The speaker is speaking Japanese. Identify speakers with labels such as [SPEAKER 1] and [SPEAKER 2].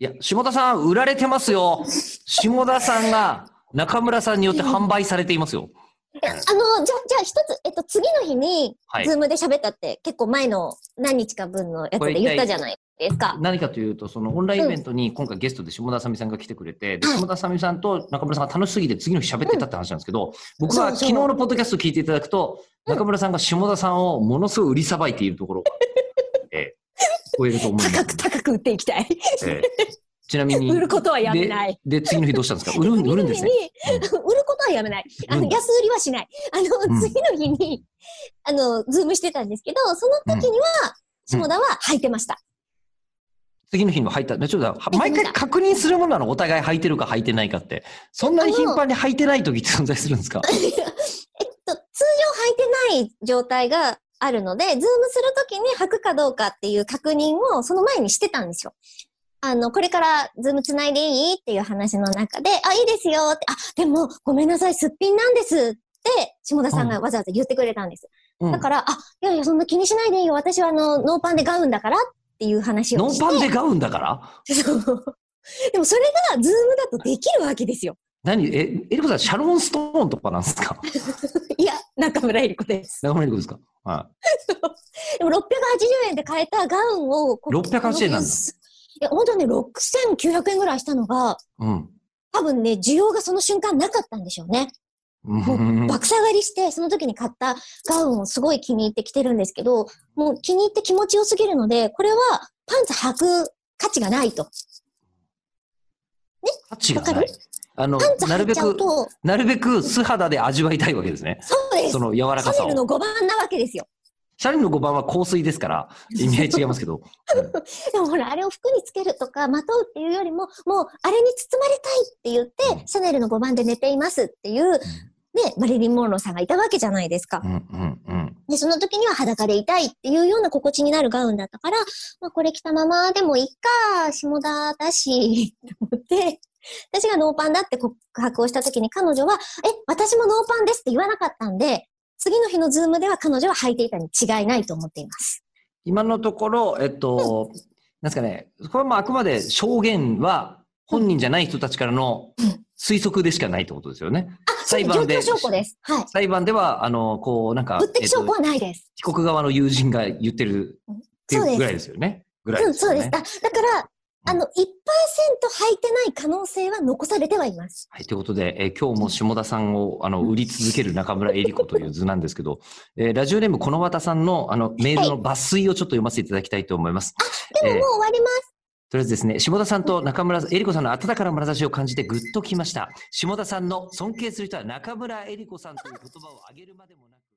[SPEAKER 1] いや、下田さん、売られてますよ。下田さんが中村さんによって販売されていますよ。
[SPEAKER 2] えあの、じゃ、じゃあ一つ、えっと、次の日に
[SPEAKER 1] はい、
[SPEAKER 2] ズームで喋ったって、結構前の何日か分のやつ
[SPEAKER 1] これ
[SPEAKER 2] で
[SPEAKER 1] 一体
[SPEAKER 2] 言ったじゃないですか。
[SPEAKER 1] 何かというと、そのオンラインイベントに今回ゲストで下田あさみさんが来てくれて、で下田あさみさんと中村さんが楽しすぎて次の日喋ってたって話なんですけど、僕は
[SPEAKER 2] そう
[SPEAKER 1] 昨
[SPEAKER 2] そう
[SPEAKER 1] 日のポッドキャスト聞いていただくと、
[SPEAKER 2] うん
[SPEAKER 1] 中村さんが下田さんをものすごい売りさばいているところが、 えー聞こえると思います。
[SPEAKER 2] 高く 高く売っていきたい。
[SPEAKER 1] えーちなみに。
[SPEAKER 2] 売ることはやめない
[SPEAKER 1] で。で次の日どうしたんですか売る売るんですね。
[SPEAKER 2] 次の日に、売ることはやめない。あ
[SPEAKER 1] う
[SPEAKER 2] の、
[SPEAKER 1] ん
[SPEAKER 2] 安売りはしない。あ
[SPEAKER 1] うん
[SPEAKER 2] の、次の日に、あの、ズームしてたんですけど、その時には、
[SPEAKER 1] うん
[SPEAKER 2] 下田は履いてました。
[SPEAKER 1] 次の日にも履いた。ちょっと
[SPEAKER 2] た
[SPEAKER 1] 毎回確認するものなのお互い履いてるか履いてないかって。そんなに頻繁に履いてない時って存在するんですか
[SPEAKER 2] えっと、通常履いてない状態があるので、ズームするときに履くかどうかっていう確認をその前にしてたんですよ。あの、これからズームつないでいいっていう話の中で、あ、いいですよって、あ、でもごめんなさい、すっぴんなんですって、下田さんがわざわざ言ってくれたんです。
[SPEAKER 1] うん
[SPEAKER 2] だから、あ、いやいや、そんな気にしないでいいよ。私はあの、ノーパンでガウンだからっていう話
[SPEAKER 1] ノ
[SPEAKER 2] を
[SPEAKER 1] ー
[SPEAKER 2] して。
[SPEAKER 1] パンでガウンだから
[SPEAKER 2] そう でもそれがズームだとできるわけですよ。
[SPEAKER 1] 何え、エリコさん、シャロンストーンとかなんです か
[SPEAKER 2] いや、中村えり子です。
[SPEAKER 1] 中村エリコですかは
[SPEAKER 2] でも680円で買えたガウンを、こ
[SPEAKER 1] 680円なんだ
[SPEAKER 2] いや、本当にね、6900円ぐらいしたのが、
[SPEAKER 1] い。うん。
[SPEAKER 2] 多分ね、需要がその瞬間なかったんでしょうね。
[SPEAKER 1] うん
[SPEAKER 2] 爆下がりして、その時に買ったガウンをすごい気に入って着てるんですけど、もう気に入って気持ちよすぎるので、これはパンツ履く価値がないと。
[SPEAKER 1] 価値がない
[SPEAKER 2] わか。
[SPEAKER 1] あの
[SPEAKER 2] パンツ、
[SPEAKER 1] なる
[SPEAKER 2] 履
[SPEAKER 1] べ
[SPEAKER 2] いちゃう
[SPEAKER 1] く、
[SPEAKER 2] と、
[SPEAKER 1] なるべく素肌で味わいたいわけですね。
[SPEAKER 2] そうです。
[SPEAKER 1] そ
[SPEAKER 2] シ
[SPEAKER 1] の柔らかさ
[SPEAKER 2] ャネルの
[SPEAKER 1] を。
[SPEAKER 2] 5番なわけですよ。
[SPEAKER 1] シャネルの5番は香水ですから、意味合い違いますけど。うん
[SPEAKER 2] でもほら、あれを服につけるとか、まとうっていうよりも、もう、あれに包まれたいって言って、シャネルの5番で寝ていますっていう、ね、マリリン・モンローさんがいたわけじゃないですか
[SPEAKER 1] う。んうんうん。
[SPEAKER 2] で、その時には裸でいたいっていうような心地になるガウンだったから、まあ、これ着たままでもいいか、下田だし、と思って、私がノーパンだって告白をした時に彼女は、え、私もノーパンですって言わなかったんで、次の日のズームでは彼女は履いていたに違いないと思っています。
[SPEAKER 1] 今のところ、えっと、なんですかね、これはまああくまで証言は本人じゃない人たちからの推測でしかないってことですよね。
[SPEAKER 2] あ、そう
[SPEAKER 1] 裁判で
[SPEAKER 2] 状況証拠です。はい。
[SPEAKER 1] 裁判では、あの、こう、なんか、
[SPEAKER 2] 物的証拠
[SPEAKER 1] えっ
[SPEAKER 2] は
[SPEAKER 1] と
[SPEAKER 2] ないです。
[SPEAKER 1] 被告側の友人が言ってるっていうぐらいですよね。ぐらい
[SPEAKER 2] うん、
[SPEAKER 1] です
[SPEAKER 2] そ
[SPEAKER 1] よ
[SPEAKER 2] う
[SPEAKER 1] ね
[SPEAKER 2] です。だだから、あの、1%履いてない可能性は残されてはいます。
[SPEAKER 1] はい、ということで、えー今日も下田さんをあの売り続ける中村江里子という図なんですけど、えーラジオネームこのわたさんのあのメールの抜粋をちょっと読ませていただきたいと思います。
[SPEAKER 2] でも
[SPEAKER 1] えー
[SPEAKER 2] もう終わります。
[SPEAKER 1] とりあえずですね、下田さんと中村江里子さんの温かな眼差しを感じてぐっときました。下田さんの尊敬する人は中村江里子さんという言葉を挙げるまでもなく。